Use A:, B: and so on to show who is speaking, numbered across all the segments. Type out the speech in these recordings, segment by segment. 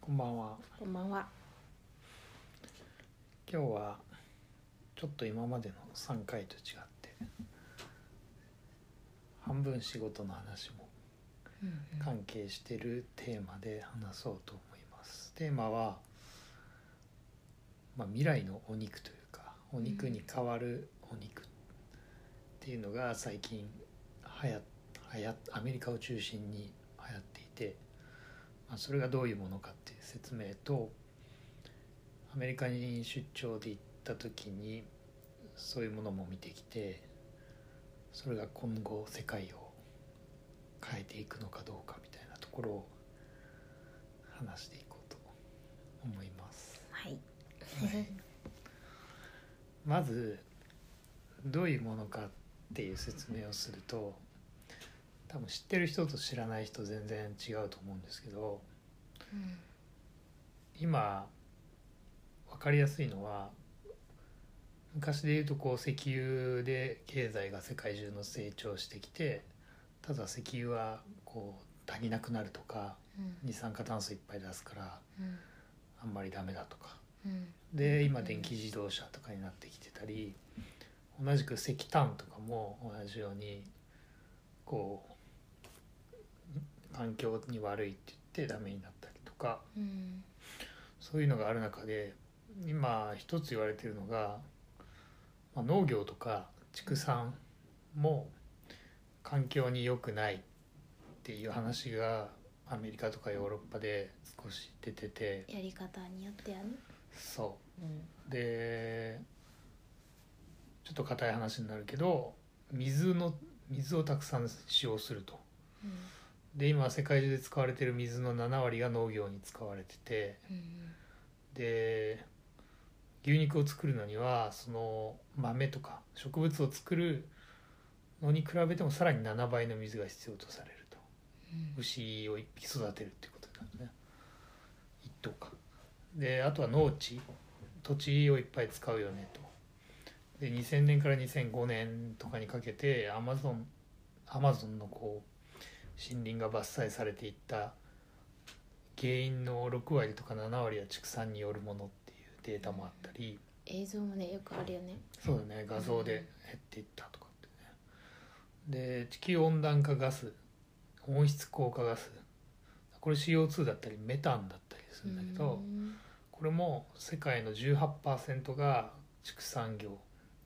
A: こんばんは。
B: こんばんは。
A: 今日はちょっと今までの3回と違って半分仕事の話も関係してるテーマで話そうと思います。テーマは、まあ、未来のお肉というかお肉に代わるお肉っていうのが最近はやはやアメリカを中心に流行っていて、まあ、それがどういうものかっていう説明とアメリカに出張で行った時にそういうものも見てきてそれが今後世界を変えていくのかどうかみたいなところを話していこうと思います。
B: はい。
A: はいまずどういうものかっていう説明をすると多分知ってる人と知らない人全然違うと思うんですけど今分かりやすいのは昔で言うとこう石油で経済が世界中の成長してきてただ石油はこう足りなくなるとか二酸化炭素いっぱい出すからあんまりダメだとかで今電気自動車とかになってきてたり同じく石炭とかも同じようにこう環境に悪いって言ってダメになったりとかそういうのがある中で今一つ言われてるのが、まあ、農業とか畜産も環境に良くないっていう話がアメリカとかヨーロッパで少し出てて
B: やり方によってやね。
A: そう
B: うん。
A: でちょっと硬い話になるけど水の水をたくさん使用するとで今世界中で使われてる水の7割が農業に使われてて
B: うん。
A: で牛肉を作るのにはその豆とか植物を作るのに比べてもさらに7倍の水が必要とされると牛を1匹育てるっていうことになるね一頭かであとは農地土地をいっぱい使うよねとで2000年から2005年とかにかけてアマゾンアマゾンのこう森林が伐採されていった原因の6割とか7割は畜産によるものっていうデータもあったり
B: 映像もねよくあるよね。
A: そうだね画像で減っていったとかってねで地球温暖化ガス温室効果ガスこれ CO2 だったりメタンだったりするんだけど、
B: うん
A: これも世界の18%が畜産業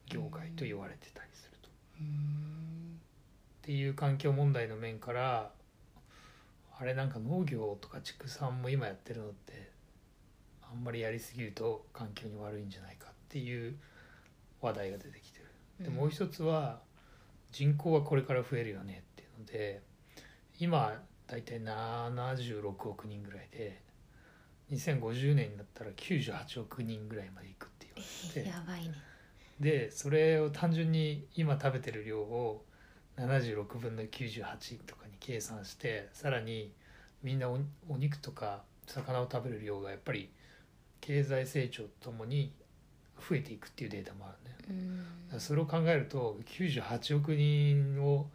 A: 業界と言われてたりすると、っていう環境問題の面からあれなんか農業とか畜産も今やってるのってあんまりやりすぎると環境に悪いんじゃないかっていう話題が出てきてる。でもう一つは人口はこれから増えるよねっていうので今大体76億人ぐらいで2050年になったら98億人ぐらいまでいくって言われて
B: やばいね。
A: でそれを単純に今食べてる量を76分の98とかに計算してさらにみんなおお肉とか魚を食べる量がやっぱり経済成長とともに増えていくっていうデータもあるね。
B: うん。
A: だからそれを考えると98億人を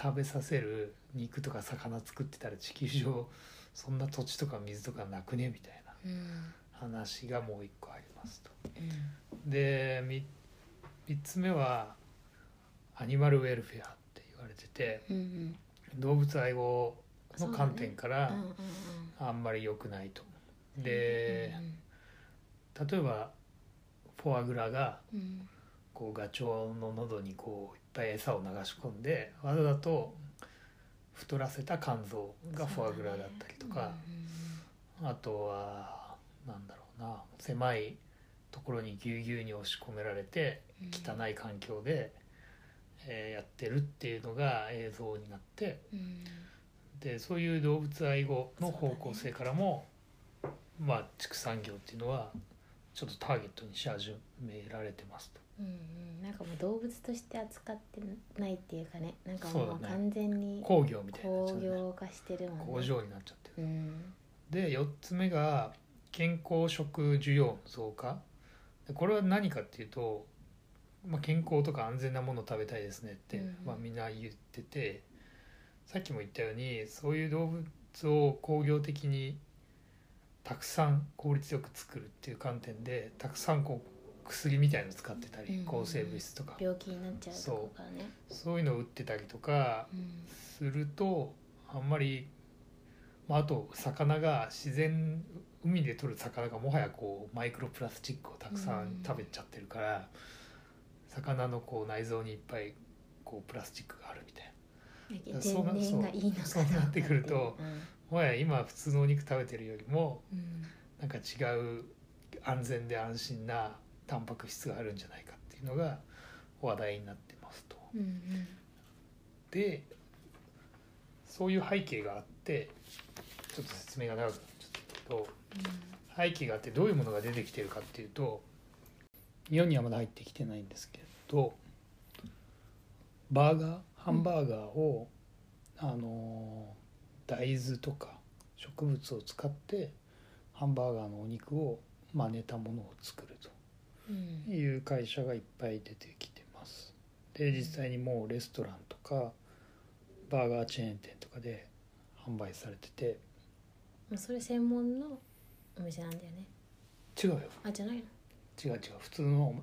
A: 食べさせる肉とか魚作ってたら地球上そんな土地とか水とかなくねみたいな
B: うん。
A: 話がもう一個ありますと。
B: うん。
A: で 3, つ目はアニマルウェルフェアって言われてて
B: うん。うん。
A: 動物愛護の観点から
B: うん。
A: あんまり良くないと。
B: うん。
A: で例えばフォアグラが
B: うん。
A: こうガチョウの喉にこういっぱい餌を流し込んでわざと太らせた肝臓がフォアグラだったりとか、あとはなんだろうな狭いところにぎゅうぎゅうに押し込められて汚
B: い。
A: い環境で、えーやってるっていうのが映像になって
B: うん。
A: でそういう動物愛護の方向性からも、まあ畜産業っていうのはちょっとターゲットにし始められてますと。
B: うんうん、なんかもう動物として扱ってないっていうかねなんか
A: そ
B: も
A: う
B: う
A: だね
B: 完全に
A: 工業みたいになっちゃ
B: 工
A: うね
B: 業化してるもんね
A: 工場になっちゃってる。
B: うん
A: で4つ目が健康食需要の増加でこれは何かっていうと、まあ、健康とか安全なものを食べたいですねって、
B: うんうん
A: まあ、みんな言っててさっきも言ったようにそういう動物を工業的にたくさん効率よく作るっていう観点でたくさんこう薬みたいの使ってたり、
B: うん
A: 抗生物質とか
B: 病気になっちゃうとこからね
A: そういうのを打ってたりとか
B: うん
A: するとあんまり、まあ、あと魚が自然海で取る魚がもはやこうマイクロプラスチックをたくさん食べちゃってるから、魚のこう内臓にいっぱいこうプラスチックがあるみたいな。
B: なんか
A: そうな
B: 天然がいいのか
A: そうそうなってくると
B: うん
A: もはや今普通のお肉食べてるよりも
B: うん
A: なんか違う安全で安心なタンパク質があるんじゃないかっていうのが話題になってますと。
B: うんうん
A: でそういう背景があってちょっと説明が長くなっちゃったけど背景があってどういうものが出てきてるかっていうと日本にはまだ入ってきてないんですけどバーガーハンバーガーを、あの大豆とか植物を使ってハンバーガーのお肉を真似たものを作ると。
B: うん
A: いう会社がいっぱい出てきてますで実際にもうレストランとかバーガーチェーン店とかで販売されてて
B: まあそれ専門のお店なんだよね
A: 違うよ
B: あじゃないの
A: 違う違う普通の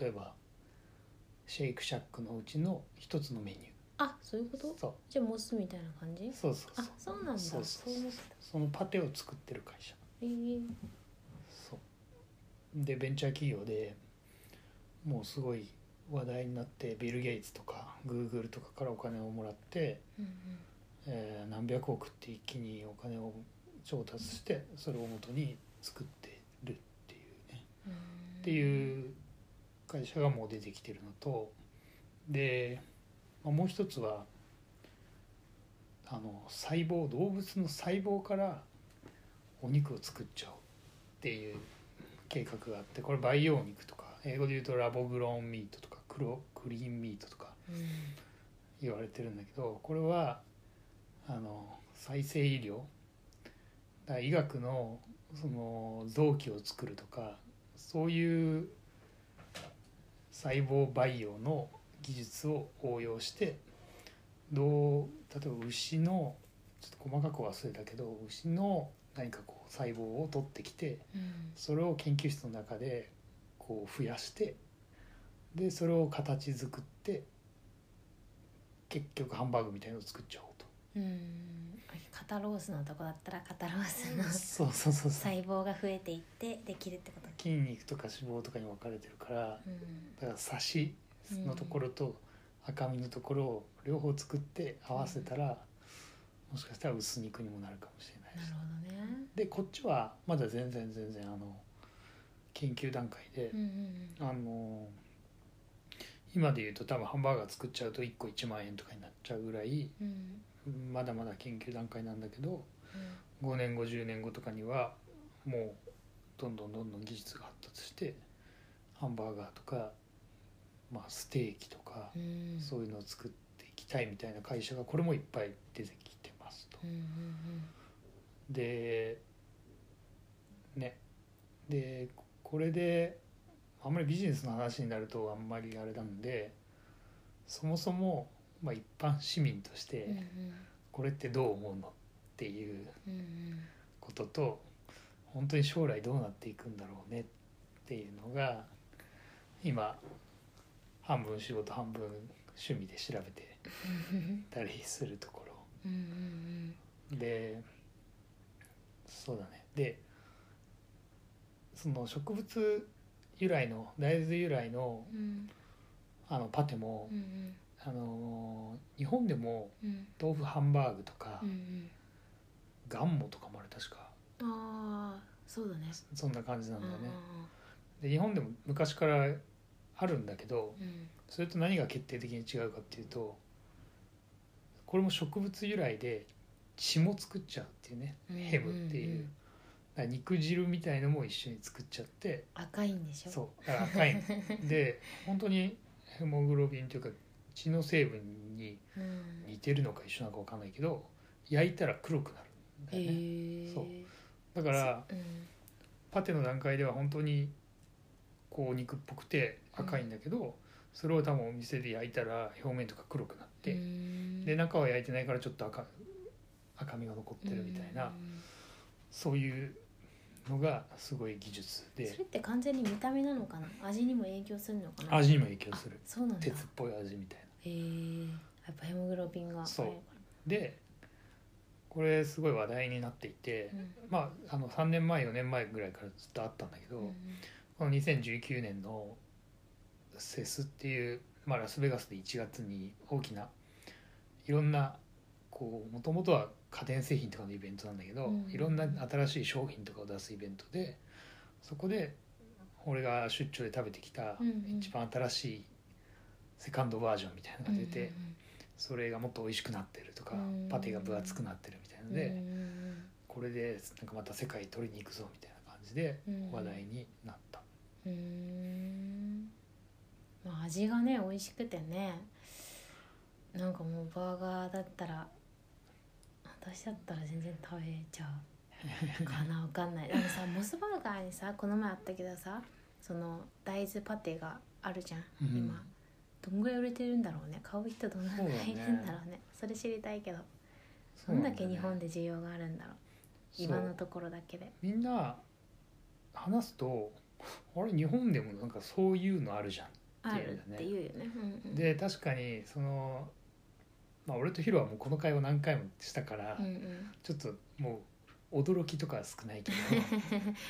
A: 例えばシェイクシャックのうちの一つのメニ
B: あそういうこ
A: ュー
B: と
A: そう
B: じゃあモスみたいな感じ
A: そうそうそ
B: あ
A: う
B: そうなんだ
A: そ
B: そうう
A: そう
B: 思ってた
A: そのパテを作ってる会社
B: えー
A: そうでベンチャー企業でもうすごい話題になってビル・ゲイツとかグーグルとかからお金をもらって
B: うん
A: えー何百億って一気にお金を調達してそれを元に作ってるっていうね
B: うん
A: っていう会社がもう出てきてるのとで、まあもう一つはあの細胞動物の細胞からお肉を作っちゃおうっていう計画があってこれ培養肉とか英語で言うとラボグローンミートとかクロクリーンミートとか
B: うん
A: 言われてるんだけどこれはあの再生医療だから医学のその臓器を作るとかそういう細胞培養の技術を応用してどう例えば牛のちょっと細かく忘れたけど牛の何かこう細胞を取ってきて
B: うん
A: それを研究室の中でこう増やしてでそれを形作って結局ハンバーグみたいのを作っちゃおうと
B: うん肩ロースのとこだったら肩ロースの
A: そうそうそうそう
B: 細胞が増えていってできるってこと
A: 筋肉とか脂肪とかに分かれてるから
B: うん
A: だからサシのところと赤身のところを両方作って合わせたらもしかしたら薄肉にもなるかもしれない
B: な
A: し
B: るほどね
A: でこっちはまだ全然全然あの研究段階で
B: うんうん
A: あの今で言うと多分ハンバーガー作っちゃうと1個1万円とかになっちゃうぐらい
B: うんうん
A: まだまだ研究段階なんだけど5年後10年後とかにはもうどんどんどんどん技術が発達してハンバーガーとか、まあ、ステーキとか
B: う、んうん
A: そういうのを作っていきたいみたいな会社がこれもいっぱい出てきてますと
B: う。んうん
A: でねでこれであんまりビジネスの話になるとあんまりあれなんでそもそも、まあ、一般市民とし
B: うんうん
A: てこれってどう思うのっていう
B: うんうん
A: ことと本当に将来どうなっていくんだろうねっていうのが今半分仕事半分趣味で調べて
B: うん
A: たりするところ。
B: うんうん
A: でそうだねでその植物由来の大豆由来の
B: うん
A: あのパテも
B: うんう、ん
A: あのー日本でも
B: うん
A: 豆腐ハンバーグとか、
B: うん
A: ガンモとかもある確か
B: ああそうだね
A: そんな感じなんだよね、
B: う
A: で日本でも昔からあるんだけど
B: んうんうん
A: それと何が決定的に違うかっていうとこれも植物由来で血も作っちゃうっていうねヘムっていう,、
B: うんうんうん
A: だから肉汁みたいのも一緒に作っちゃって
B: 赤いんでしょ
A: そうだから赤いの で本当にヘモグロビンというか血の成分に
B: うん、
A: 似てるのか一緒なのか分かんないけど焼いたら黒くなるんだよね、
B: へえ
A: そうだから
B: うん
A: パテの段階では本当にこう肉っぽくて赤いんだけど、それを多分お店で焼いたら表面とか黒くなって、
B: うん
A: で中は焼いてないからちょっと赤赤みが残ってるみたいな、
B: うん
A: そういうのがすごい技術
B: そ
A: で
B: れって完全に見た目なのかな味にも影響するのかな
A: 味にも影響する
B: あそうなんだ
A: 鉄っぽい味みたいな
B: へえやっぱヘモグロビンが
A: そう
B: はい
A: でこれすごい話題になっていて、
B: うん
A: まああの3年前4年前ぐらいからずっとあったんだけど、
B: うん
A: この2019年のセスっていう、まあ、ラスベガスで1月に大きないろんなこうもともとは家電製品とかのイベントなんだけど、
B: うん
A: いろんな新しい商品とかを出すイベントでそこで俺が出張で食べてきた
B: うんうん
A: 一番新しいセカンドバージョンみたいなのが出て、それがもっと美味しくなってるとか、
B: うん
A: パテが分厚くなってるみたいな
B: う
A: の
B: んうん
A: で、
B: うん
A: これでなんかまた世界取りに行くぞみたいな感じで
B: うん
A: 話題になった。
B: うんうんまあ味がね美味しくてねなんかもうバーガーだったら私だったら全然食べちゃうかなわかんないでもさモスバーガーにさこの前あったけどさその大豆パテがあるじゃん
A: うん
B: 今、どんぐらい売れてるんだろうね買う人どんぐらいいるんだろうね
A: そうだ
B: それ知りたいけど
A: そ
B: ど
A: うんな
B: だ
A: よ
B: け
A: ね
B: 日本で需要があるんだろう
A: そう
B: 今のところだけで
A: みんな話すと 「あれ日本でもなんかそういうのあるじゃん
B: あ
A: っていう
B: る
A: よね
B: っていうよねうんう」ん
A: で確かにその、まあ、俺とヒロはもうこの会話何回もしたから、
B: うんうん、
A: ちょっともう驚きとかは少ない けど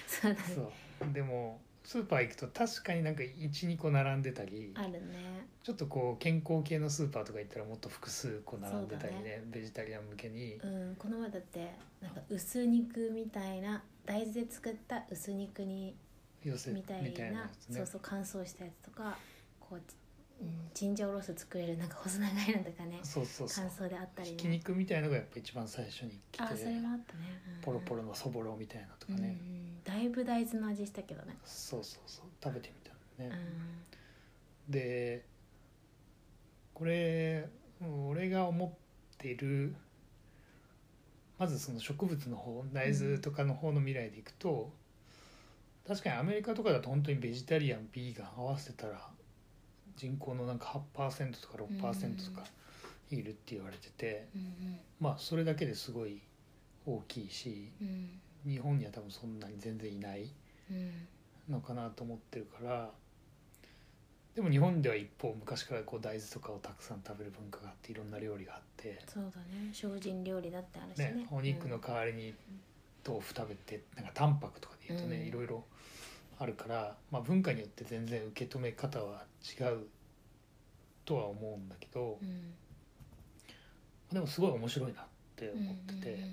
B: そうだね
A: そうでもスーパー行くと確かになんか12個並んでたり
B: あるね
A: ちょっとこう健康系のスーパーとか行ったらもっと複数個並んでたりね
B: そうだ
A: ベジタリアン向けに
B: うんこの前だってなんか薄肉みたいな大豆で作った薄肉に
A: 寄せ
B: み
A: み
B: た
A: た
B: いない
A: なやつね
B: そうそう乾燥したやつとかこう、うん、チンジャオロース作れるなんか細長いのとかね
A: そうそうそう
B: 乾燥であったり
A: ひ
B: ね
A: き肉みたいのがやっぱ一番最初に来
B: あそれ
A: て
B: はあったね、うん、
A: ポロポロのそぼろみたいなとかね、
B: うんうん、だいぶ大豆の味したけどね
A: そうそうそう食べてみた
B: うん
A: のね、でこれ俺が思っているまずその植物の方大豆とかの方の未来でいくと、確かにアメリカとかだと本当にベジタリアンビーガン合わせたら人口のなんか8%とか6%とかいるって言われてて、
B: うん
A: まあそれだけですごい大きいし
B: うんうん
A: 日本には多分そんなに全然いない
B: うん
A: のかなと思ってるからでも日本では一方昔からこう大豆とかをたくさん食べる文化があっていろんな料理があって、
B: そうだね精進料理だってあるしね
A: ね、お肉の代わりに豆腐食べてなんかタンパクとかで言うとね、
B: うん
A: いろいろあるから、まあ、文化によって全然受け止め方は違うとは思うんだけど
B: うんうん
A: でもすごい面白いなって思ってて。
B: うんうん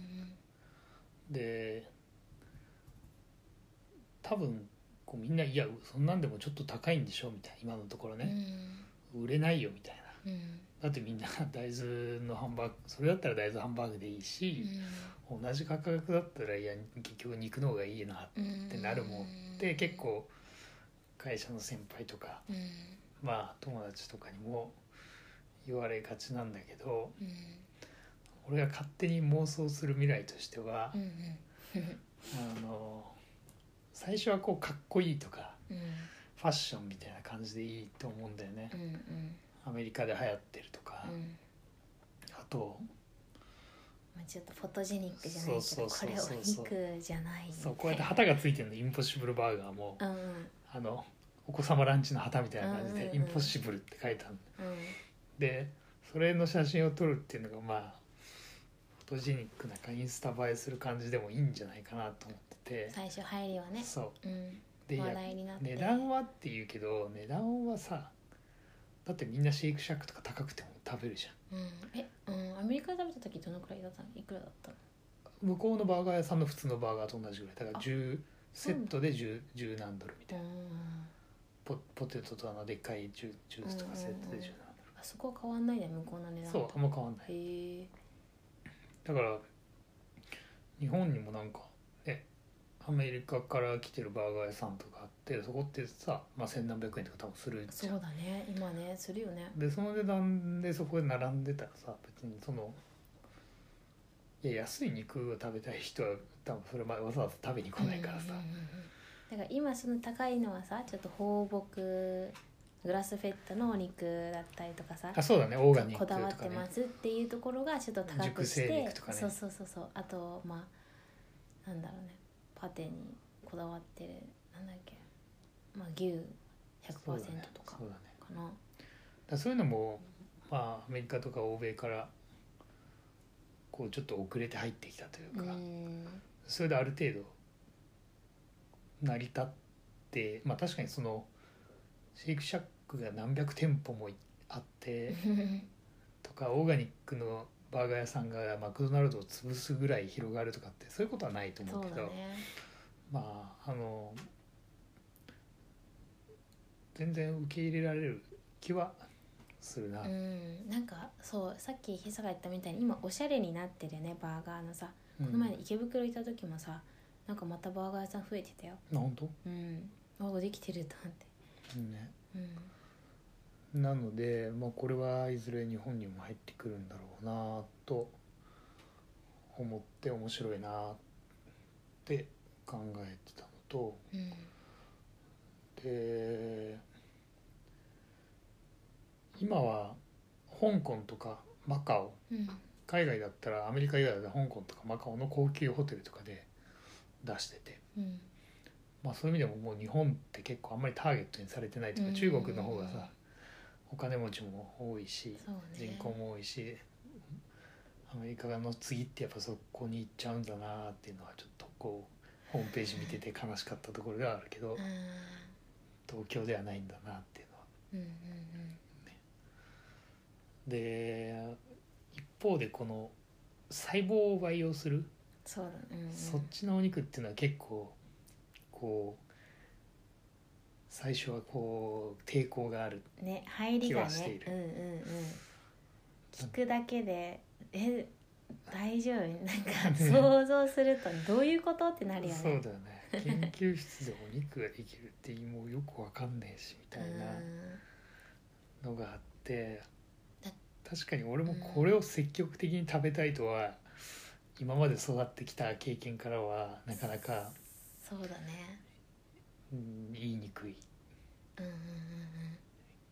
A: で多分こうみんないやそんなんでもちょっと高いんでしょみたいな今のところ
B: うんうん
A: ね、売れないよみたいな
B: うんうん
A: だってみんな大豆のハンバーグそれだったら大豆ハンバーグでいいし、同じ価格だったらいや結局肉の方がいいな
B: うん
A: ってなるもんって結構会社の先輩とか
B: うん
A: まあ友達とかにも言われがちなんだけど
B: うん
A: 俺が勝手に妄想する未来としては
B: う、んうん
A: あの最初はこうかっこいいとか
B: うん
A: ファッションみたいな感じでいいと思うんだよね
B: う、んうん
A: アメリカで流行ってるとか、
B: うん
A: あと
B: まあちょっとフォトジェニックじゃないけ
A: そう
B: ど
A: そ
B: こ
A: う
B: れ
A: そう
B: お
A: そう
B: 肉じゃない
A: そうこうやって旗がついてるのインポッシブルバーガーも
B: うんうん
A: あのお子様ランチの旗みたいな感じ
B: うん
A: で「
B: うん
A: イ
B: うん
A: ンポッシブル」って書いてあるの
B: うん
A: でそれの写真を撮るっていうのがまあフォトジェニックなんかインスタ映えする感じでもいいんじゃないかなと思ってて、
B: 最初入りはね
A: そう
B: うん
A: で
B: 話題になって
A: 値段はって言うけど値段はさだってみんなシェイクシャックとか高くても食べるじゃん
B: うんえうんアメリカで食べた時どのくらいだったのいくらだったの
A: 向こうのバーガー屋さんの普通のバーガーと同じぐらいだから
B: あ
A: 10セットで10 10何ドルみたいな
B: うん
A: ポポテトとあのでっかいジュジュースとかセットで10何ドル
B: うんうんあそこは変わんないね向こうの値段
A: そうあんま変わんない
B: へえ
A: だから日本にもなんかねアメリカから来てるバーガー屋さんとかあってそこってさ、まあ、千何百円とか多分する
B: そ
A: じゃん
B: うだね今ねするよね
A: でその値段でそこで並んでたらさ別にそのいや安い肉を食べたい人は多分それまでわざわざ食べに来ないからさ、
B: うんうんうんうんだから今その高いのはさちょっと放牧グラスフェッドのお肉だったりとかさ
A: あそうだねオーガニック
B: こと
A: かね
B: だわってますっていうところがちょっと高くして
A: 熟成肉とかね
B: そうそうそうそうあとまあなんだろうねパテにこだわってるなんだっけ、まあ、牛
A: そう
B: 100%
A: だね
B: とか
A: そうだね
B: かな
A: だからそういうのも、まあ、アメリカとか欧米からこうちょっと遅れて入ってきたという
B: う,、
A: か、
B: ん
A: それである程度成り立ってまあ確かにそのシェイクシャックが何百店舗もあってとかオーガニックのバーガー屋さんがマクドナルドを潰すぐらい広がるとかってそういうことはないと
B: そ
A: 思
B: う
A: うけ
B: だ
A: ど、
B: ね
A: まああの全然受け入れられる気はするな、
B: うんなんかそうさっきひさが言ったみたいに今おしゃれになってるねバーガーのさ
A: うん
B: この前池袋行った時もさなんかまたバーガー屋さん増えてたよ
A: な本当、
B: うんあできてると思って
A: うんね、
B: うん
A: なので、まあ、これはいずれ日本にも入ってくるんだろうなと思って面白いなって考えてたのと
B: うん
A: で今は香港とかマカオ
B: うん
A: 海外だったらアメリカ以外だったら香港とかマカオの高級ホテルとかで出してて、
B: うん
A: まあ、そういう意味でももう日本って結構あんまりターゲットにされてないという
B: う
A: か
B: ん
A: 中国の方がさお金持ちも多いし
B: そうね
A: 人口も多いしアメリカの次ってやっぱそこに行っちゃうんだなっていうのはちょっとこうホームページ見てて悲しかったところではあるけど
B: あー
A: 東京ではないんだなっていうのは。
B: うんうん
A: で一方でこの細胞を培養する
B: そうだねうんうん
A: そっちのお肉っていうのは結構こう最初はこう抵抗がある
B: ね入りが
A: 気はして
B: ね
A: いる
B: うんうんうん聞くだけでえ大 丈夫なんか想像するとどういうことってなるよね
A: そうだよね研究室でお肉ができるってもうよくわかんねえしみたい
B: うん
A: なのがあって
B: だ
A: 確かに俺もこれを積極的に食べたいとは今まで育ってきた経験からはなかなか、
B: そうだね
A: うん言いにくい
B: うんうんうん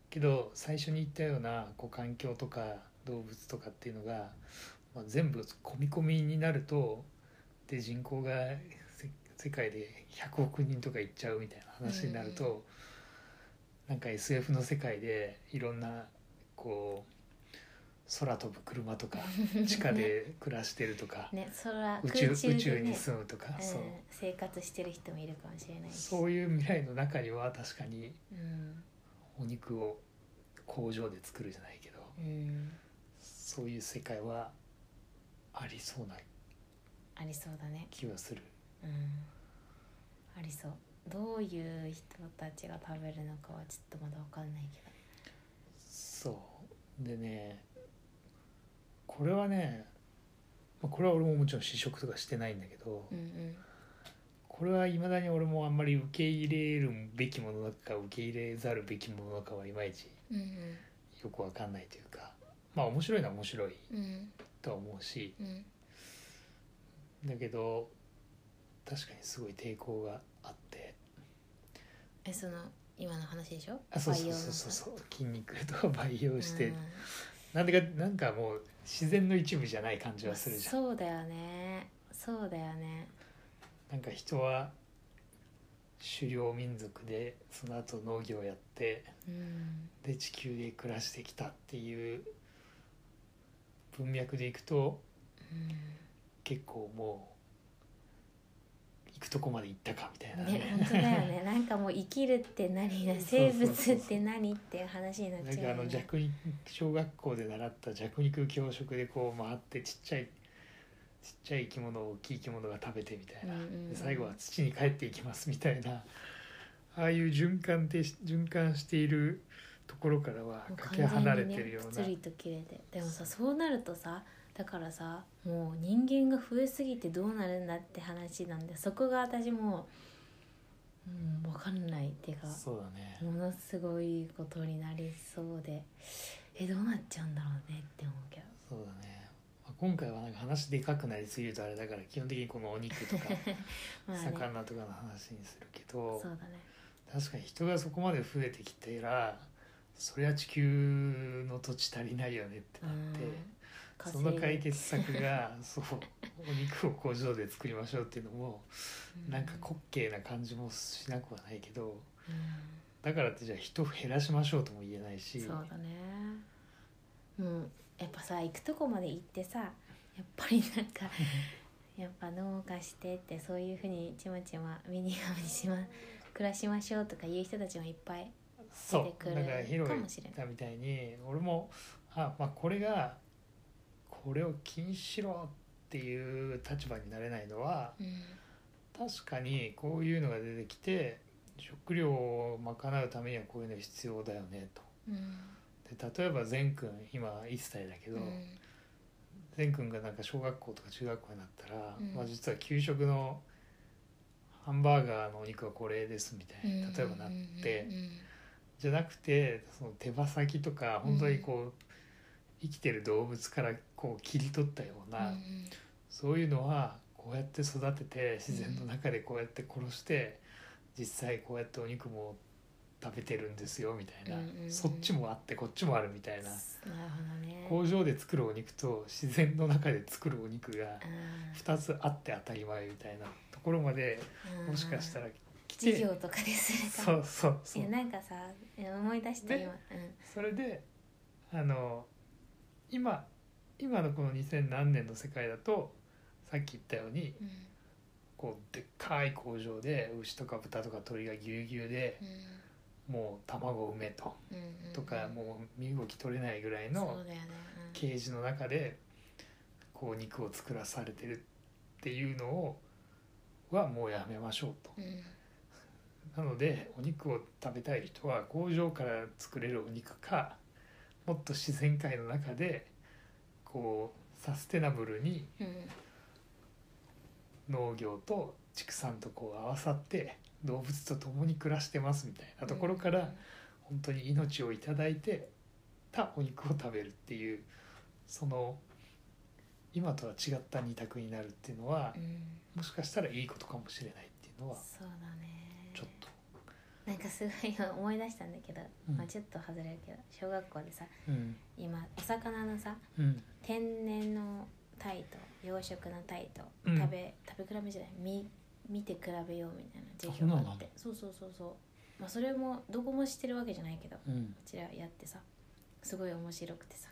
A: けど最初に言ったようなこう環境とか動物とかっていうのが、まあ、全部込み込みになるとで人口がせ世界で100億人とかいっちゃうみたいな話になると、
B: うん
A: なんか SF の世界でいろんなこう空飛ぶ車 とか地下で暮らしてるとか、
B: うんねそれは
A: 宇
B: 空
A: 宙
B: 中で、ね、
A: 宇宙に住むとか、
B: うん
A: そう
B: 生活してる人もいるかもしれないし
A: そういう未来の中には確かに
B: うん
A: お肉を工場で作るじゃないけど。
B: うん
A: そういう世界はありそうな
B: ありそうだね
A: 気はする
B: うんありそうどういう人たちが食べるのかはちょっとまだわかんないけど
A: そうでねこれはねまあこれは俺ももちろん試食とかしてないんだけど
B: うんうん
A: これはいまだに俺もあんまり受け入れるべきものなのか受け入れざるべきものなのかはいまいち
B: うん
A: よくわかんないというかまあ面白いのは面白い
B: うんうん
A: とは思うし
B: うん
A: だけど確かにすごい抵抗があって
B: えその今の話でしょ
A: あそうそうそうそうそう筋肉と培養して
B: うん
A: なんでかなんかもう自然の一部じゃない感じはするじゃん
B: そうだよねそうだよね
A: なんか人は狩猟民族でその後農業やって
B: うん
A: で地球で暮らしてきたっていう文脈でいくと
B: うん
A: 結構もう行くとこまで行ったかみたいな
B: ね本当だよねなんかもう生きるって何だ生物って何っていう話になっ
A: なん
B: ちゃう
A: かあ
B: よ
A: の
B: ね
A: 弱肉小学校で習った弱肉強食でこう回ってちっちゃいちっちゃい生き物を大きい生き物が食べてみたいな、
B: うんうんうん
A: で最後は土に帰っていきますみたいなああいう循環で循環しているところからは
B: もう
A: かけ離
B: 完
A: れ
B: 全に
A: て
B: ね
A: るよう
B: ぷ
A: な、
B: つりと切れてでもさそうなるとさだからさもう人間が増えすぎてどうなるんだって話なんでそこが私もう、うん、分かんないっていうか
A: そうだね、
B: ものすごいことになりそうでえどうなっちゃうんだろうねって思うけど
A: そうだね、まあ、今回はなんか話でかくなりすぎるとあれだから基本的にこのお肉とか
B: まあね
A: 魚とかの話にするけど、
B: そうだね
A: 確かに人がそこまで増えてきてらそりゃ地球の土地足りないよねって
B: う
A: なっ
B: ん
A: てその解決策がそうお肉を工場で作りましょうっていうのもなんか滑稽な感じもしなくはないけど
B: うん、
A: だからってじゃあ人を減らしましょうとも言えないし
B: そうだねもうやっぱさ行くとこまで行ってさやっぱりなん かやっぱ農家してってそういうふうにちまちまミニアムにしま暮らしましょうとか言う人たちもいっぱい
A: そう
B: 出てくる
A: だからヒロが
B: か
A: 言
B: も
A: っ
B: しれない
A: たみたいに俺もあ、まあ、これがこれを禁止しろっていう立場になれないのは
B: うん
A: 確かにこういうのが出てきて食料を賄うためにはこういうの必要だよねと。
B: うん
A: で例えば善くん今1歳だけ
B: う
A: ど、
B: ん
A: 善くんがなんか小学校とか中学校になったら、
B: うん
A: まあ、実は給食のハンバーガーのお肉はこれですみたいな例えばなって、
B: うんうん
A: じゃなくてその手羽先とか本当にこう、生きてる動物からこう切り取ったような、
B: うん
A: そういうのはこうやって育てて自然の中でこうやって殺して、実際こうやってお肉も食べてるんですよみたいな、
B: うんうんうん
A: そっちもあってこっちもあるみたいな。
B: なるほどね
A: 工場で作るお肉と自然の中で作るお肉が2つあって当たり前みたいなところまで
B: うん
A: もしかしたら来
B: 授
A: て
B: 業とかです
A: そうそうそ
B: いうやなんかさいや思い出して
A: で
B: 今、うん
A: それであの今今のこの2000何年の世界だとさっき言ったように
B: うん
A: こうでっかい工場で牛とか豚とか鳥がぎゅうぎゅうでもう卵を産めと
B: うんうんうん
A: とかもう身動き取れないぐらいの
B: そうだよねうん
A: ケージの中でこう肉を作らされてるっていうのをはもうやめましょうと。
B: うん
A: なのでお肉を食べたい人は工場から作れるお肉かもっと自然界の中でこうサステナブルに
B: うん
A: 農業と畜産とこう合わさって動物と共に暮らしてますみたいなところから本当に命をいただいてたお肉を食べるっていうその今とは違った二択になるっていうのは
B: うんうん
A: もしかしたらいいことかもしれないっていうのは
B: そうだね
A: ちょっと。
B: なんかすごい今思い出したんだけど、
A: うん
B: まあちょっと外れるけど小学校でさ
A: うん
B: 今お魚のさ
A: うん
B: 天然のタイと養殖のタイと
A: うん
B: 食べ、食べ比べじゃない見見て比べようみたいな授
A: そ
B: 業
A: んな
B: があ
A: の
B: ってそうそうそうそうまあそれもどこもしてるわけじゃないけどこ
A: うん
B: ちらやってさすごい面白くてさ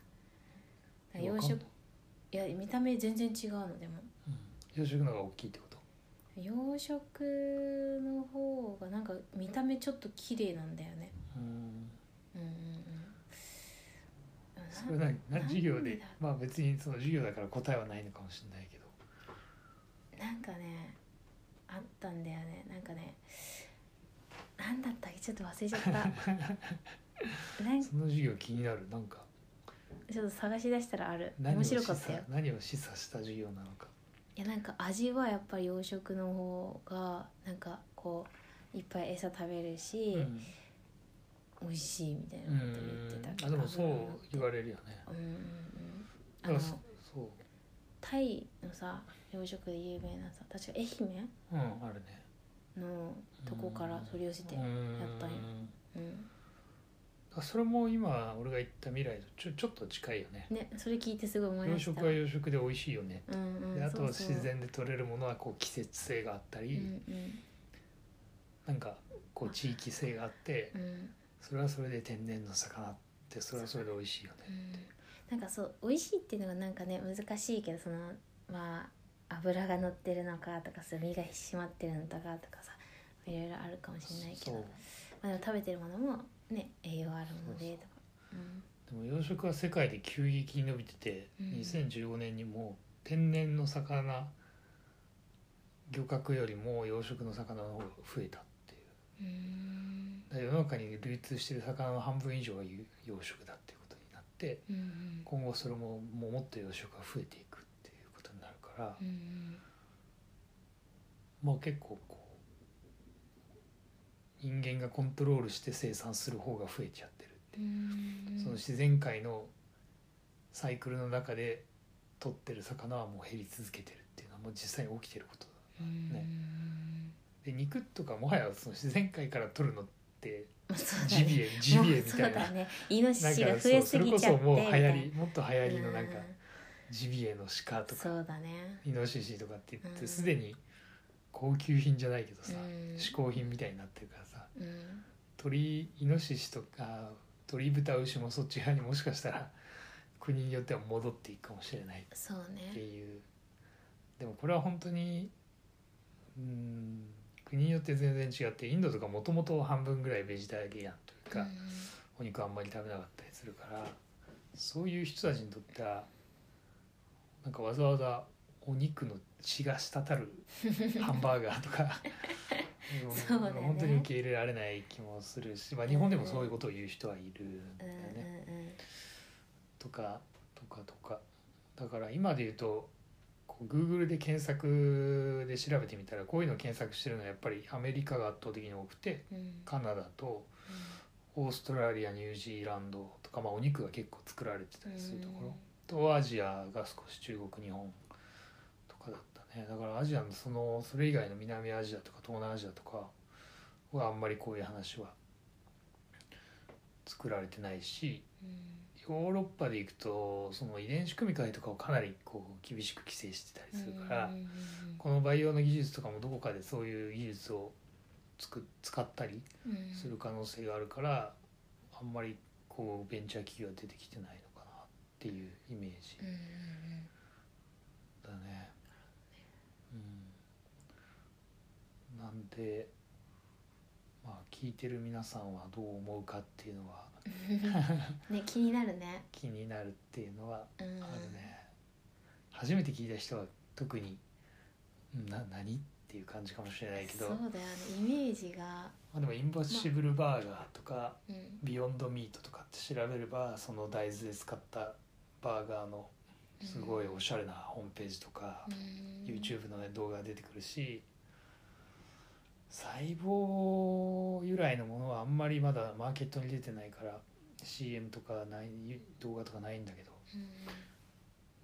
B: だから
A: わ
B: 養
A: かんな
B: 殖
A: い
B: いや見た目全然違うのでも
A: 養殖の方が大きいってこと
B: 養殖の方がなんか見た目ちょっと綺麗なんだよね
A: うん
B: うんうんうん
A: それは何
B: なん
A: 授業で
B: なんだ
A: まあ別にその授業だから答えはないのかもしれないけど
B: なんかねあったんだよねなんかねなんだったっけちょっと忘れち ゃったなんか
A: その授業気になるなんか
B: ちょっと探し出したらある
A: 何を
B: 面
A: 示
B: 白か
A: 唆
B: ったよ
A: 何を示唆した授業なのか
B: いやなんか味はやっぱり養殖の方がなんかこういっぱい餌食べるし、
A: うん
B: 美味しいみたいな
A: う
B: こと言ってた
A: ん
B: 気が
A: あでもそう言わ
B: れ
A: れるよね
B: うんうんうん
A: だ
B: あ
A: か
B: の
A: らそそ
B: タイのさ養殖で有名なさ確か愛媛
A: ううんあるね
B: のとこから取り寄せて
A: うーん
B: やったんようん
A: あそれも今俺が言った未来とちょちょっと近いよね
B: ねそれ聞いてすごい思い
A: 養
B: 出した
A: 殖は養殖で美味しいよね
B: うんう
A: で
B: ん
A: あとは
B: そうそう
A: 自然で取れるものはこう季節性があった
B: うん
A: りなんかこう地域性があって
B: うんうん
A: それはそれで天然の魚ってそれはそれで美味しいよ
B: う
A: ね。
B: んなんかそう美味しいっていうのがなんかね難しいけどそのまあ油が乗ってるのかとかそう身が引き締まってるのかとかさいろいろあるかもしれない
A: そ
B: け
A: う
B: ど、まあ、でも食べてるものもね栄養あるものでとかうん
A: でも養殖は世界で急激に伸びてて、
B: うん
A: 2015年にもう天然の魚漁獲よりも養殖の魚の方が増えたっていう
B: うーん
A: だから世の中に流通してる魚の半分以上が養殖だっていうことになって
B: うんうん
A: 今後それももうもっと養殖が増えていくっていうことになるから、
B: うんうん
A: まあ結構こう人間がコントロールして生産する方が増えちゃってるっていう
B: う。ん
A: その自然界のサイクルの中で取ってる魚はもう減り続けてるっていうのはもう実際に起きてることだねで肉とかもはやその自然界から取るのって
B: まあそうだ
A: ジ
B: ね
A: ビエジビエ
B: も
A: エ
B: う
A: みたいな
B: そうだねイノシシ
A: な
B: が
A: んか
B: 増
A: そ
B: え
A: うそ
B: す
A: れ
B: ぎ
A: こ
B: ちゃ
A: そ
B: って
A: もう流行
B: み
A: りもっと流
B: た
A: 行
B: い
A: り
B: な
A: のなんかジビエの鹿とか
B: そうだね
A: イノシシとかって言っ
B: う
A: て
B: ん
A: すでに高級品じゃないけどさ
B: うん
A: 嗜好品みたいになってるからさ
B: うん
A: 鳥イノシシとか鳥豚牛もそっち側にもしかしたら国によっては戻っていくかもしれない
B: そう
A: って
B: ね
A: いうでもこれは本当にうん国によって全然違ってインドとかもともと半分ぐらいベジタリアンというか、お肉あんまり食べなかったりするからそういう人たちにとってはなんかわざわざお肉の血が滴 るハンバーガーとか
B: そうだね
A: 本当に受け入れられない気もするし、まあ、日本でもそういうことを言う人はいるんだ
B: うん
A: よ
B: うん
A: ね。
B: うんうん
A: とかとかとかだから今で言うとこう Google で検索で調べてみたらこういうのを検索してるのはやっぱりアメリカが圧倒的に多くて
B: うん
A: カナダとオーストラリアニュージーランドとか、まあ、お肉が結構作られてたりするところとアジアが少し中国日本とかだったねだからアジアのそのそれ以外の南アジアとか東南アジアとかはあんまりこういう話は作られてないし
B: うん
A: ヨーロッパで行くとその遺伝子組み換えとかをかなりこう厳しく規制してたりするから、
B: うんうんうん
A: この培養の技術とかもどこかでそういう技術をつく使ったり
B: うんうん
A: する可能性があるから、あんまりこうベンチャー企業は出てきてないのかなっていうイメージ
B: うんうんう
A: だ
B: ん
A: ね。うん、なんでまあ聞いてる皆さんはどう思うかっていうのは
B: ね気になるね
A: 気になるっていうのは
B: うん
A: あるね初めて聞いた人は特に「な何?」っていう感じかもしれないけど
B: そうだよねイメージが
A: まあ、でも「インポッシブルバーガー」とか
B: うん
A: 「ビヨンドミート」とかって調べればその大豆で使ったバーガーのすごいおしゃれなホームページとか、
B: うん
A: YouTube の、ね、動画が出てくるし細胞由来のものはあんまりまだマーケットに出てないから CM とかない動画とかないんだけど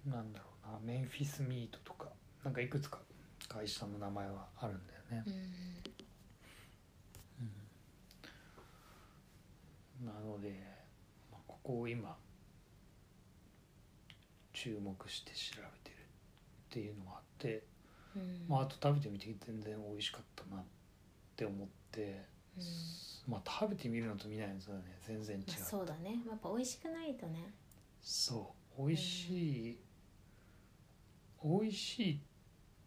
B: うん
A: なんだろうなメンフィスミートとかなんかいくつか会社の名前はあるんだよね、
B: うん
A: なので、まあ、ここを今注目して調べてるっていうのがあって、
B: うん
A: まあ、あと食べてみて全然美味しかったなって思って、
B: うん
A: まあ食べてみるのと見ないのとはね全然違う
B: まあ、そうだねやっぱ美味しくないとね
A: そう美味しい、美味しいっ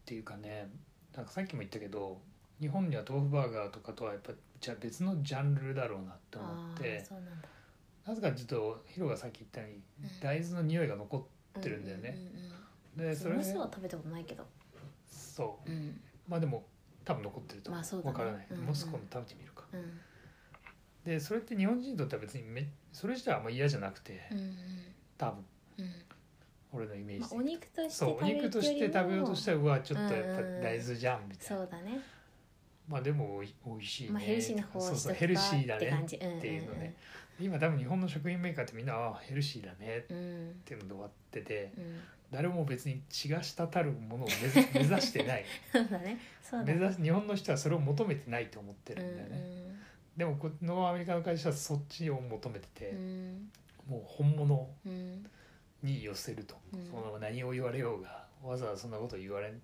A: ていうかねなんかさっきも言ったけど日本には豆腐バーガーとかとはやっぱじゃ別のジャンルだろうなって思っ
B: あー
A: て
B: そうなんだ
A: なぜかちょっとヒロがさっき言ったように、
B: うん
A: 大豆の匂いが残ってるんだよね
B: ううんうん
A: っ
B: う
A: て
B: ん
A: それ
B: ムースは食べたことないけど
A: そう
B: うん
A: まあでも多分残ってると
B: まあそうだ
A: わ
B: ね
A: からない、
B: うんうん
A: モスコン食べてみるか
B: うん
A: でそれって日本人にとっては別にめそれ自体はあんま嫌じゃなくて、
B: うん
A: 多分
B: うん
A: 俺のイメー
B: う
A: ジ
B: んまあ
A: で、
B: お肉として
A: そう
B: 食
A: お
B: べる
A: 肉として食べようとしたらうわちょっとやっぱ
B: うんうんうん
A: 大豆じゃんみたい
B: そ
A: な、
B: うだね
A: まあでもおいおいしいね、
B: まあヘルシーな方を
A: そう
B: し
A: そう
B: と
A: ヘルシーだ
B: って感
A: ね
B: じうんうんうん
A: っていうのね今多分日本の食品メーカーってみんなあヘルシーだねっ
B: うん
A: ていうので終わってて
B: うん
A: 誰も別に血が滴るものを目指 目指してない
B: そうだねそう
A: 目
B: だね
A: 指す日本の人はそれを求めてないと思ってるんだよね、でもこのアメリカの会社はそっちを求めてて、
B: うんうん
A: もう本物
B: うんうん
A: に寄せると、
B: うん
A: その何を言われようがわざわざそんなこと言われん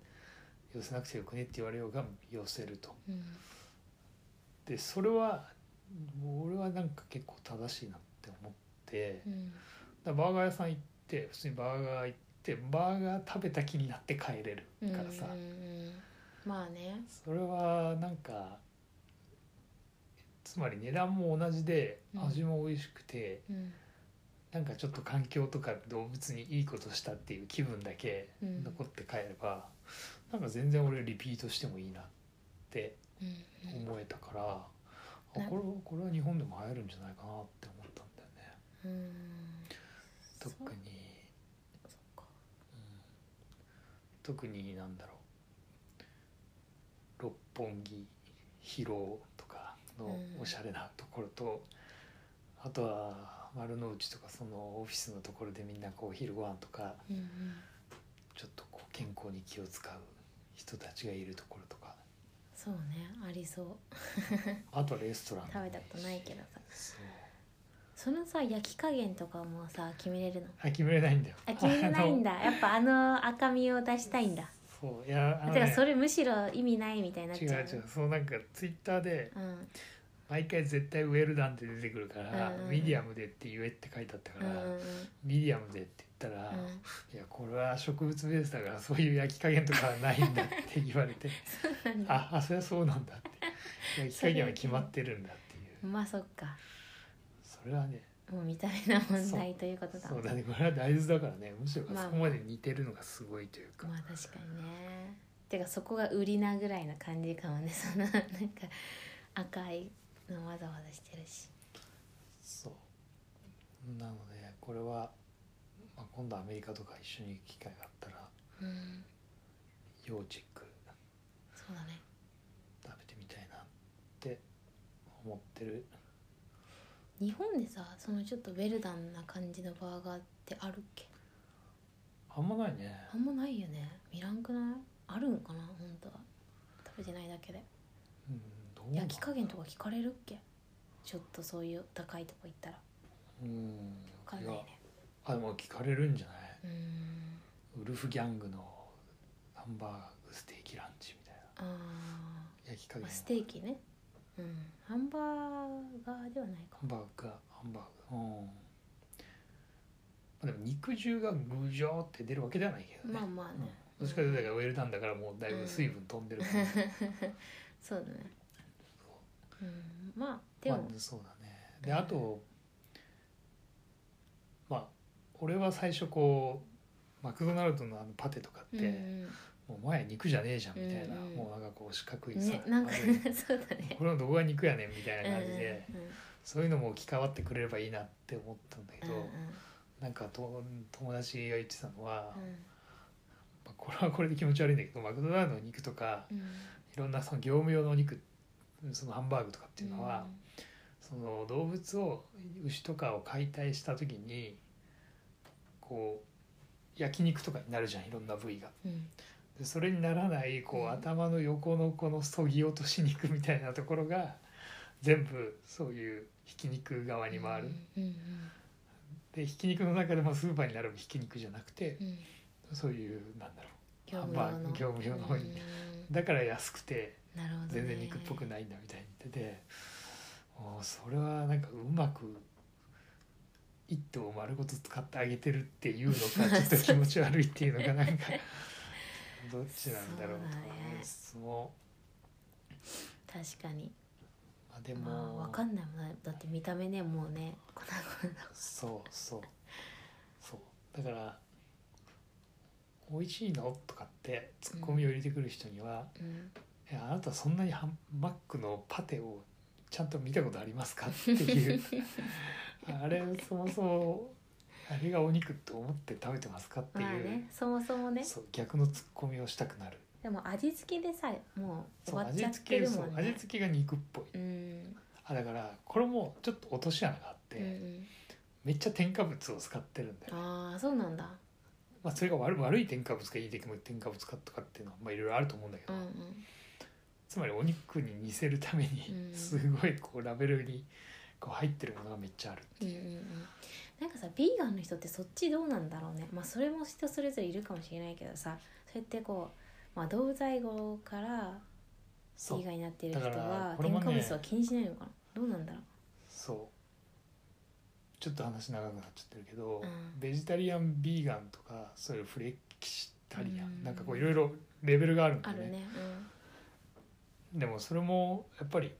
A: 寄せなくてよくねって言われようが寄せると
B: うん
A: でそれは俺はなんか結構正しいなって思って
B: うん
A: だからバーガー屋さん行って普通にバーガー行ってバーガー食べた気になって帰れるからさ、
B: うんうんうんまあね
A: それはなんかつまり値段も同じで
B: うん
A: 味も美味しくて、
B: うん
A: なんかちょっと環境とか動物にいいことしたっていう気分だけ
B: うん
A: 残って帰れば、なんか全然俺リピートしてもいいなって
B: うんうん
A: 思えたから、
B: うん
A: あこれはこれは日本でも流行るんじゃないかなって思ったんだよね
B: うん
A: 特に
B: そっか
A: 特になんだろう六本木広尾とかの
B: うん
A: おしゃれなところと、あとは丸の内とかそのオフィスのところでみんなこう昼ご飯とか
B: うんうん
A: ちょっとこう健康に気を使う人たちがいるところとか
B: そうねありそう
A: あとはレストラン
B: 食べたことないけどさ
A: そう
B: そのさ焼き加減とかもさ決めれるの
A: あ決めれないんだよ
B: あ決めれ ないん
A: だ
B: だやっぱあの赤みを出したいんだ
A: そういやあ
B: だ
A: のね
B: からそれむしろ意味ないみたいになっ
A: 違
B: ち
A: う
B: ゃう
A: 違うそうなんかツイッターで
B: うん
A: 毎回絶対ウェルダンって出てくるから、
B: うんうんうん
A: ミディアムでって言えって書いてあったか
B: う
A: ら、
B: んうんうん
A: ミディアムでって言ったら、
B: うん
A: いやこれは植物ベースだからそういう焼き加減とかはないんだって言われ て
B: なんだ
A: ああそりゃそうなんだ って焼き加減は決まってるんだっていう
B: まあそっか
A: それはね
B: もう見た目の問題ということだ
A: そうだねこれは大豆だからねむしろ
B: まあ
A: そこまで似てるのがすごいというか、
B: まあ確かにねてかそこが売りなぐらいな感じかもねそのなんか赤いのわざわざしてるし
A: そうなのでこれは、まあ、今度アメリカとか一緒に行く機会があったら
B: うん
A: 要チェック
B: そうだね
A: 食べてみたいなって思ってる
B: 日本でさそのちょっとウェルダンな感じのバーガーってあるっけ
A: あんまないね
B: あんまないよね見らんくないあるんかな本当は食べてないだけで
A: うんどうなの
B: 焼き加減とか聞かれるっけちょっとそういう高いとこ行ったら
A: うん
B: 分かん
A: い
B: ない
A: や
B: ね
A: あでも聞かれるんじゃないう
B: ーん
A: ウルフギャングのハンバーグステーキランチみたいな
B: あー
A: 焼き加減
B: ま
A: は
B: あステーキねうんハンバーガーではないか
A: ハンバーグかハンバーグうんまあでも肉汁がぐじょーって出るわけではないけどね、
B: まあまあね、
A: うん、どっちかというとだからウェルダンだからもうだいぶ水分飛んでる感じ、
B: そうだねうんまあでも、
A: まあ、そうだねであとまあ俺は最初こうマクドナルドのあのパテとかって、
B: うん
A: もう前肉じゃねえじゃんみたいな、
B: うんうん
A: もうなんかこう四角
B: う
A: い
B: ん
A: さ、
B: ねなんか
A: 丸い
B: そうだね
A: これのどこが肉やねんみたいな感じで、
B: うんうん
A: そういうのも置き換わってくれればいいなって思ったんだけど、
B: うんうん
A: なんかと友達が言ってたのは、
B: うん
A: まあこれはこれで気持ち悪いんだけどマクドナルドの肉とか
B: うん
A: いろんなその業務用のお肉そのハンバーグとかっていうのは、その動物を牛とかを解体した時にこう焼肉とかになるじゃんいろんな部位が。
B: うん
A: でそれにならないこう
B: う
A: ん頭の横のこのそぎ落とし肉みたいなところが全部そういうひき肉側に回る。
B: うんうん
A: でひき肉の中でもスーパーに並ぶひき肉じゃなくて
B: うんうん
A: そういうなんだろ
B: 業務
A: ハ
B: 用
A: ンバー
B: の
A: グ業務用の方に
B: うん
A: うだから安くて
B: なるほど、ね、
A: 全然肉っぽくないんだみたいに言ってておーそれはなんかうまく一頭を丸ごと使ってあげてるっていうの かちょっと気持ち悪いっていうのがなんかどっちなんだろうとか
B: そうだ
A: ね
B: ね
A: そう
B: 確かに
A: まあでも、
B: まあわかんないもんねだって見た目ねもうねこんなこんな
A: そうそうそうだから「美味しいの?」とかってツッコミを入れてくる人には
B: うん
A: 「いやあなたそんなにハンマックのパテをちゃんと見たことありますか?」っていう あれそもそもあれがお肉と思って食べてますかっていう,、
B: まあねそもそもね
A: そう逆のツッコミをしたくなる
B: でも味付けでさえも
A: そ
B: う終
A: う
B: わっ
A: 味
B: ちゃって
A: 付け
B: る
A: そ
B: も
A: うん味
B: ね
A: 付けが肉っぽい
B: うん
A: あだからこれもちょっと落とし穴があって、
B: うんうん
A: めっちゃ添加物を使ってるんだよ
B: ああそうなんだ
A: まあ、それが悪い悪い添加物かいい添加物かとかっていうのはまあいろいろあると思うんだけ
B: う
A: ど、
B: んうん
A: つまりお肉に似せるために
B: うん
A: すごいこうラベルにこう入ってるものがめっちゃあるって
B: うんう
A: い
B: ん
A: う、
B: うんなんかさビーガンの人ってそっちどうなんだろうねまあそれも人それぞれいるかもしれないけどさそうやってこう、まあ、動物愛護からビ
A: そう
B: ーガンになっている人
A: だから
B: は
A: これ
B: 添
A: も
B: 加
A: ね
B: 物は気にしないのかなどうなんだろう
A: そうちょっと話長くなっちゃってるけど、
B: うん
A: ベジタリアンビーガンとかそういうフレキシタリアン、
B: うん
A: なんかこういろいろレベルがあるんだ
B: あ
A: よね
B: るね
A: でもそれもやっぱり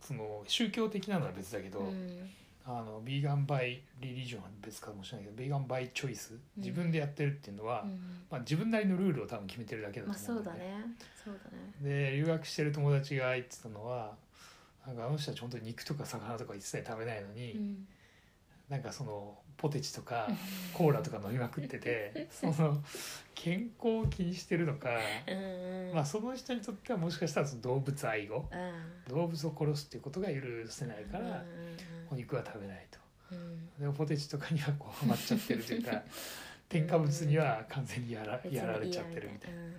A: その宗教的なのは別だけど、
B: うん、うん
A: あのビーガンバイリリジョンは別かもしれないけどビーガンバイチョイス自分でやってるっていうのは、
B: うん
A: まあ、自分なりのルールを多分決めてるだけだと
B: まあ
A: 思
B: そううんだ
A: よね
B: ねそうだね
A: で留学してる友達が言ってたのはなんかあの人は本当に肉とか魚とか一切食べないのに、
B: うん
A: なんかそのポテチと かコーラとか飲みまくっててその健康を気にしてるのか、
B: うんうん
A: まあ、その人にとってはもしかしたらその動物愛護
B: うん
A: 動物を殺すっていうことが許せないか
B: うん
A: らお肉は食べないと。
B: うんうん
A: でもポテチとかにはこうハマっちゃってるという か添加物には完全にやら
B: 別に
A: やられちゃってるみたいな
B: うんうんうん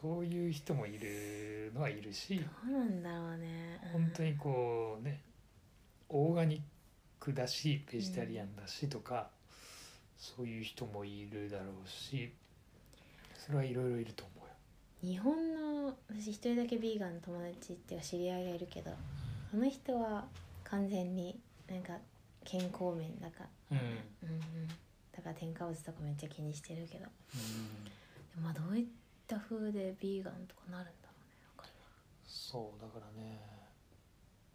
A: そういう人もいるのはいるし
B: どうなんだろうねうん
A: 本当にこうねオーガニックだしベジタリアンだしとか、そういう人もいるだろうしそれはいろいろいると思うよ。
B: 日本の私一人だけビーガンの友達っていうか知り合いがいるけどあの人は完全になんか健康面だから、
A: うん
B: うんうん、だから添加物とかめっちゃ気にしてるけどで
A: うん
B: もまあどういった風でビーガンとかなるんだろうねわかん
A: そうだからね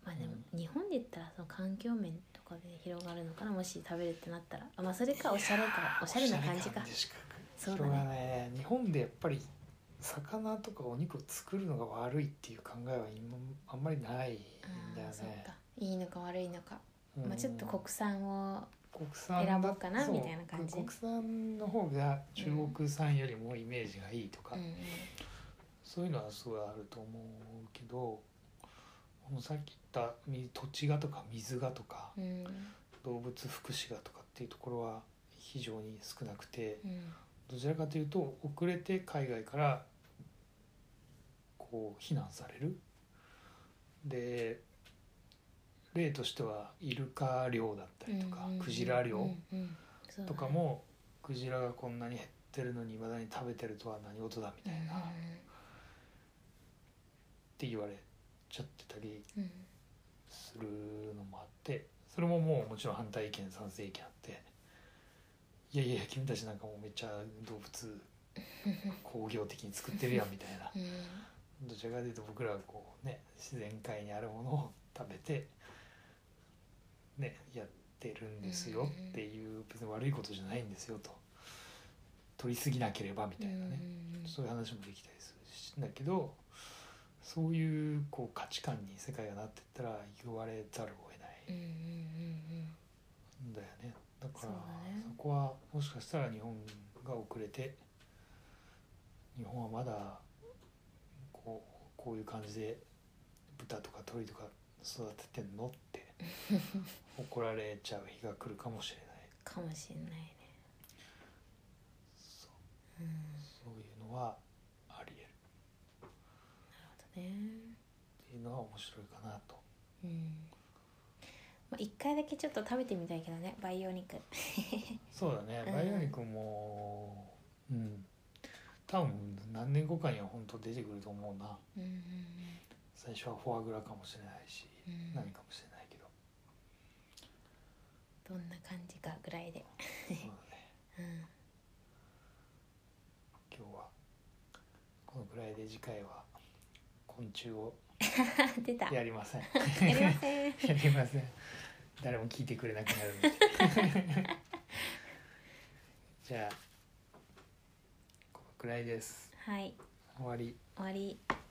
B: ないまあでも日本で言ったらその環境面とかで広がるのかなもし食べるってなったらあまあそれかおしゃれかおしゃれな感じか
A: おしゃれ感でしか
B: そうだ
A: 人
B: ね
A: がね日本でやっぱり魚とかお肉を作るのが悪いっていう考えは今あんまりないんだよ
B: あーそう
A: ね
B: か。いいのか悪いのか、
A: うん
B: まあ、ちょっと国産を
A: 国産
B: 選ぼうかな
A: そう
B: みたいな感じ
A: 国産の方が中国産よりもイメージがいいとか、
B: うんうん
A: そういうのはすごいあると思うけどこのさっき言ったみ土地がとか水がとか
B: うん
A: 動物福祉がとかっていうところは非常に少なくて
B: うん
A: どちらかというと遅れて海外からこう非難される。で例としてはイルカ漁だったりとか、
B: うんうんうん
A: クジラ漁、
B: うんうんそうだね
A: とかも、クジラがこんなに減ってるのにいまだに食べてるとは何事だみたいな、っ
B: う
A: て言われちゃってたり
B: んうんうん
A: するのもあってそれももうもちろん反対意見賛成意見あっていやいや君たちなんかもうめっちゃ動物工業的に作ってるやんみたいな
B: うん
A: どちらかというと僕らはこうね自然界にあるものを食べてねやってるんですよっていう別に悪いことじゃないんですよと取りすぎなければみたいなね
B: うんうん
A: そういう話もできたりするしだけどそういうこう価値観に世界がなってったら言われざるを得な
B: うん
A: い
B: うんうん
A: んだよねだから
B: そうだね
A: そこはもしかしたら日本が遅れて日本はまだこうこういう感じで豚とか鳥とか育ててんのって 怒られちゃう日が来るかもしれない
B: かもしれないね
A: そう
B: うん
A: そういうのはありえる
B: なるほどね
A: っていうのは面白いかなと。
B: うんまあ一回だけちょっと食べてみたいけどね培養肉
A: そうだね
B: うん
A: 培養肉もうん多分何年後かには本当出てくると思うな
B: うんうん
A: 最初はフォアグラかもしれないし、
B: うん
A: 何かもしれないけ ど
B: どんな感じかぐらいで
A: そうだね
B: うん
A: 今日はこのくらいで次回は昆虫を
B: あ出たや
A: やりませんや
B: りま せん
A: りません誰も聞いてくれなくなるんで じゃあこのくらいです
B: はい
A: 終わり
B: 終わり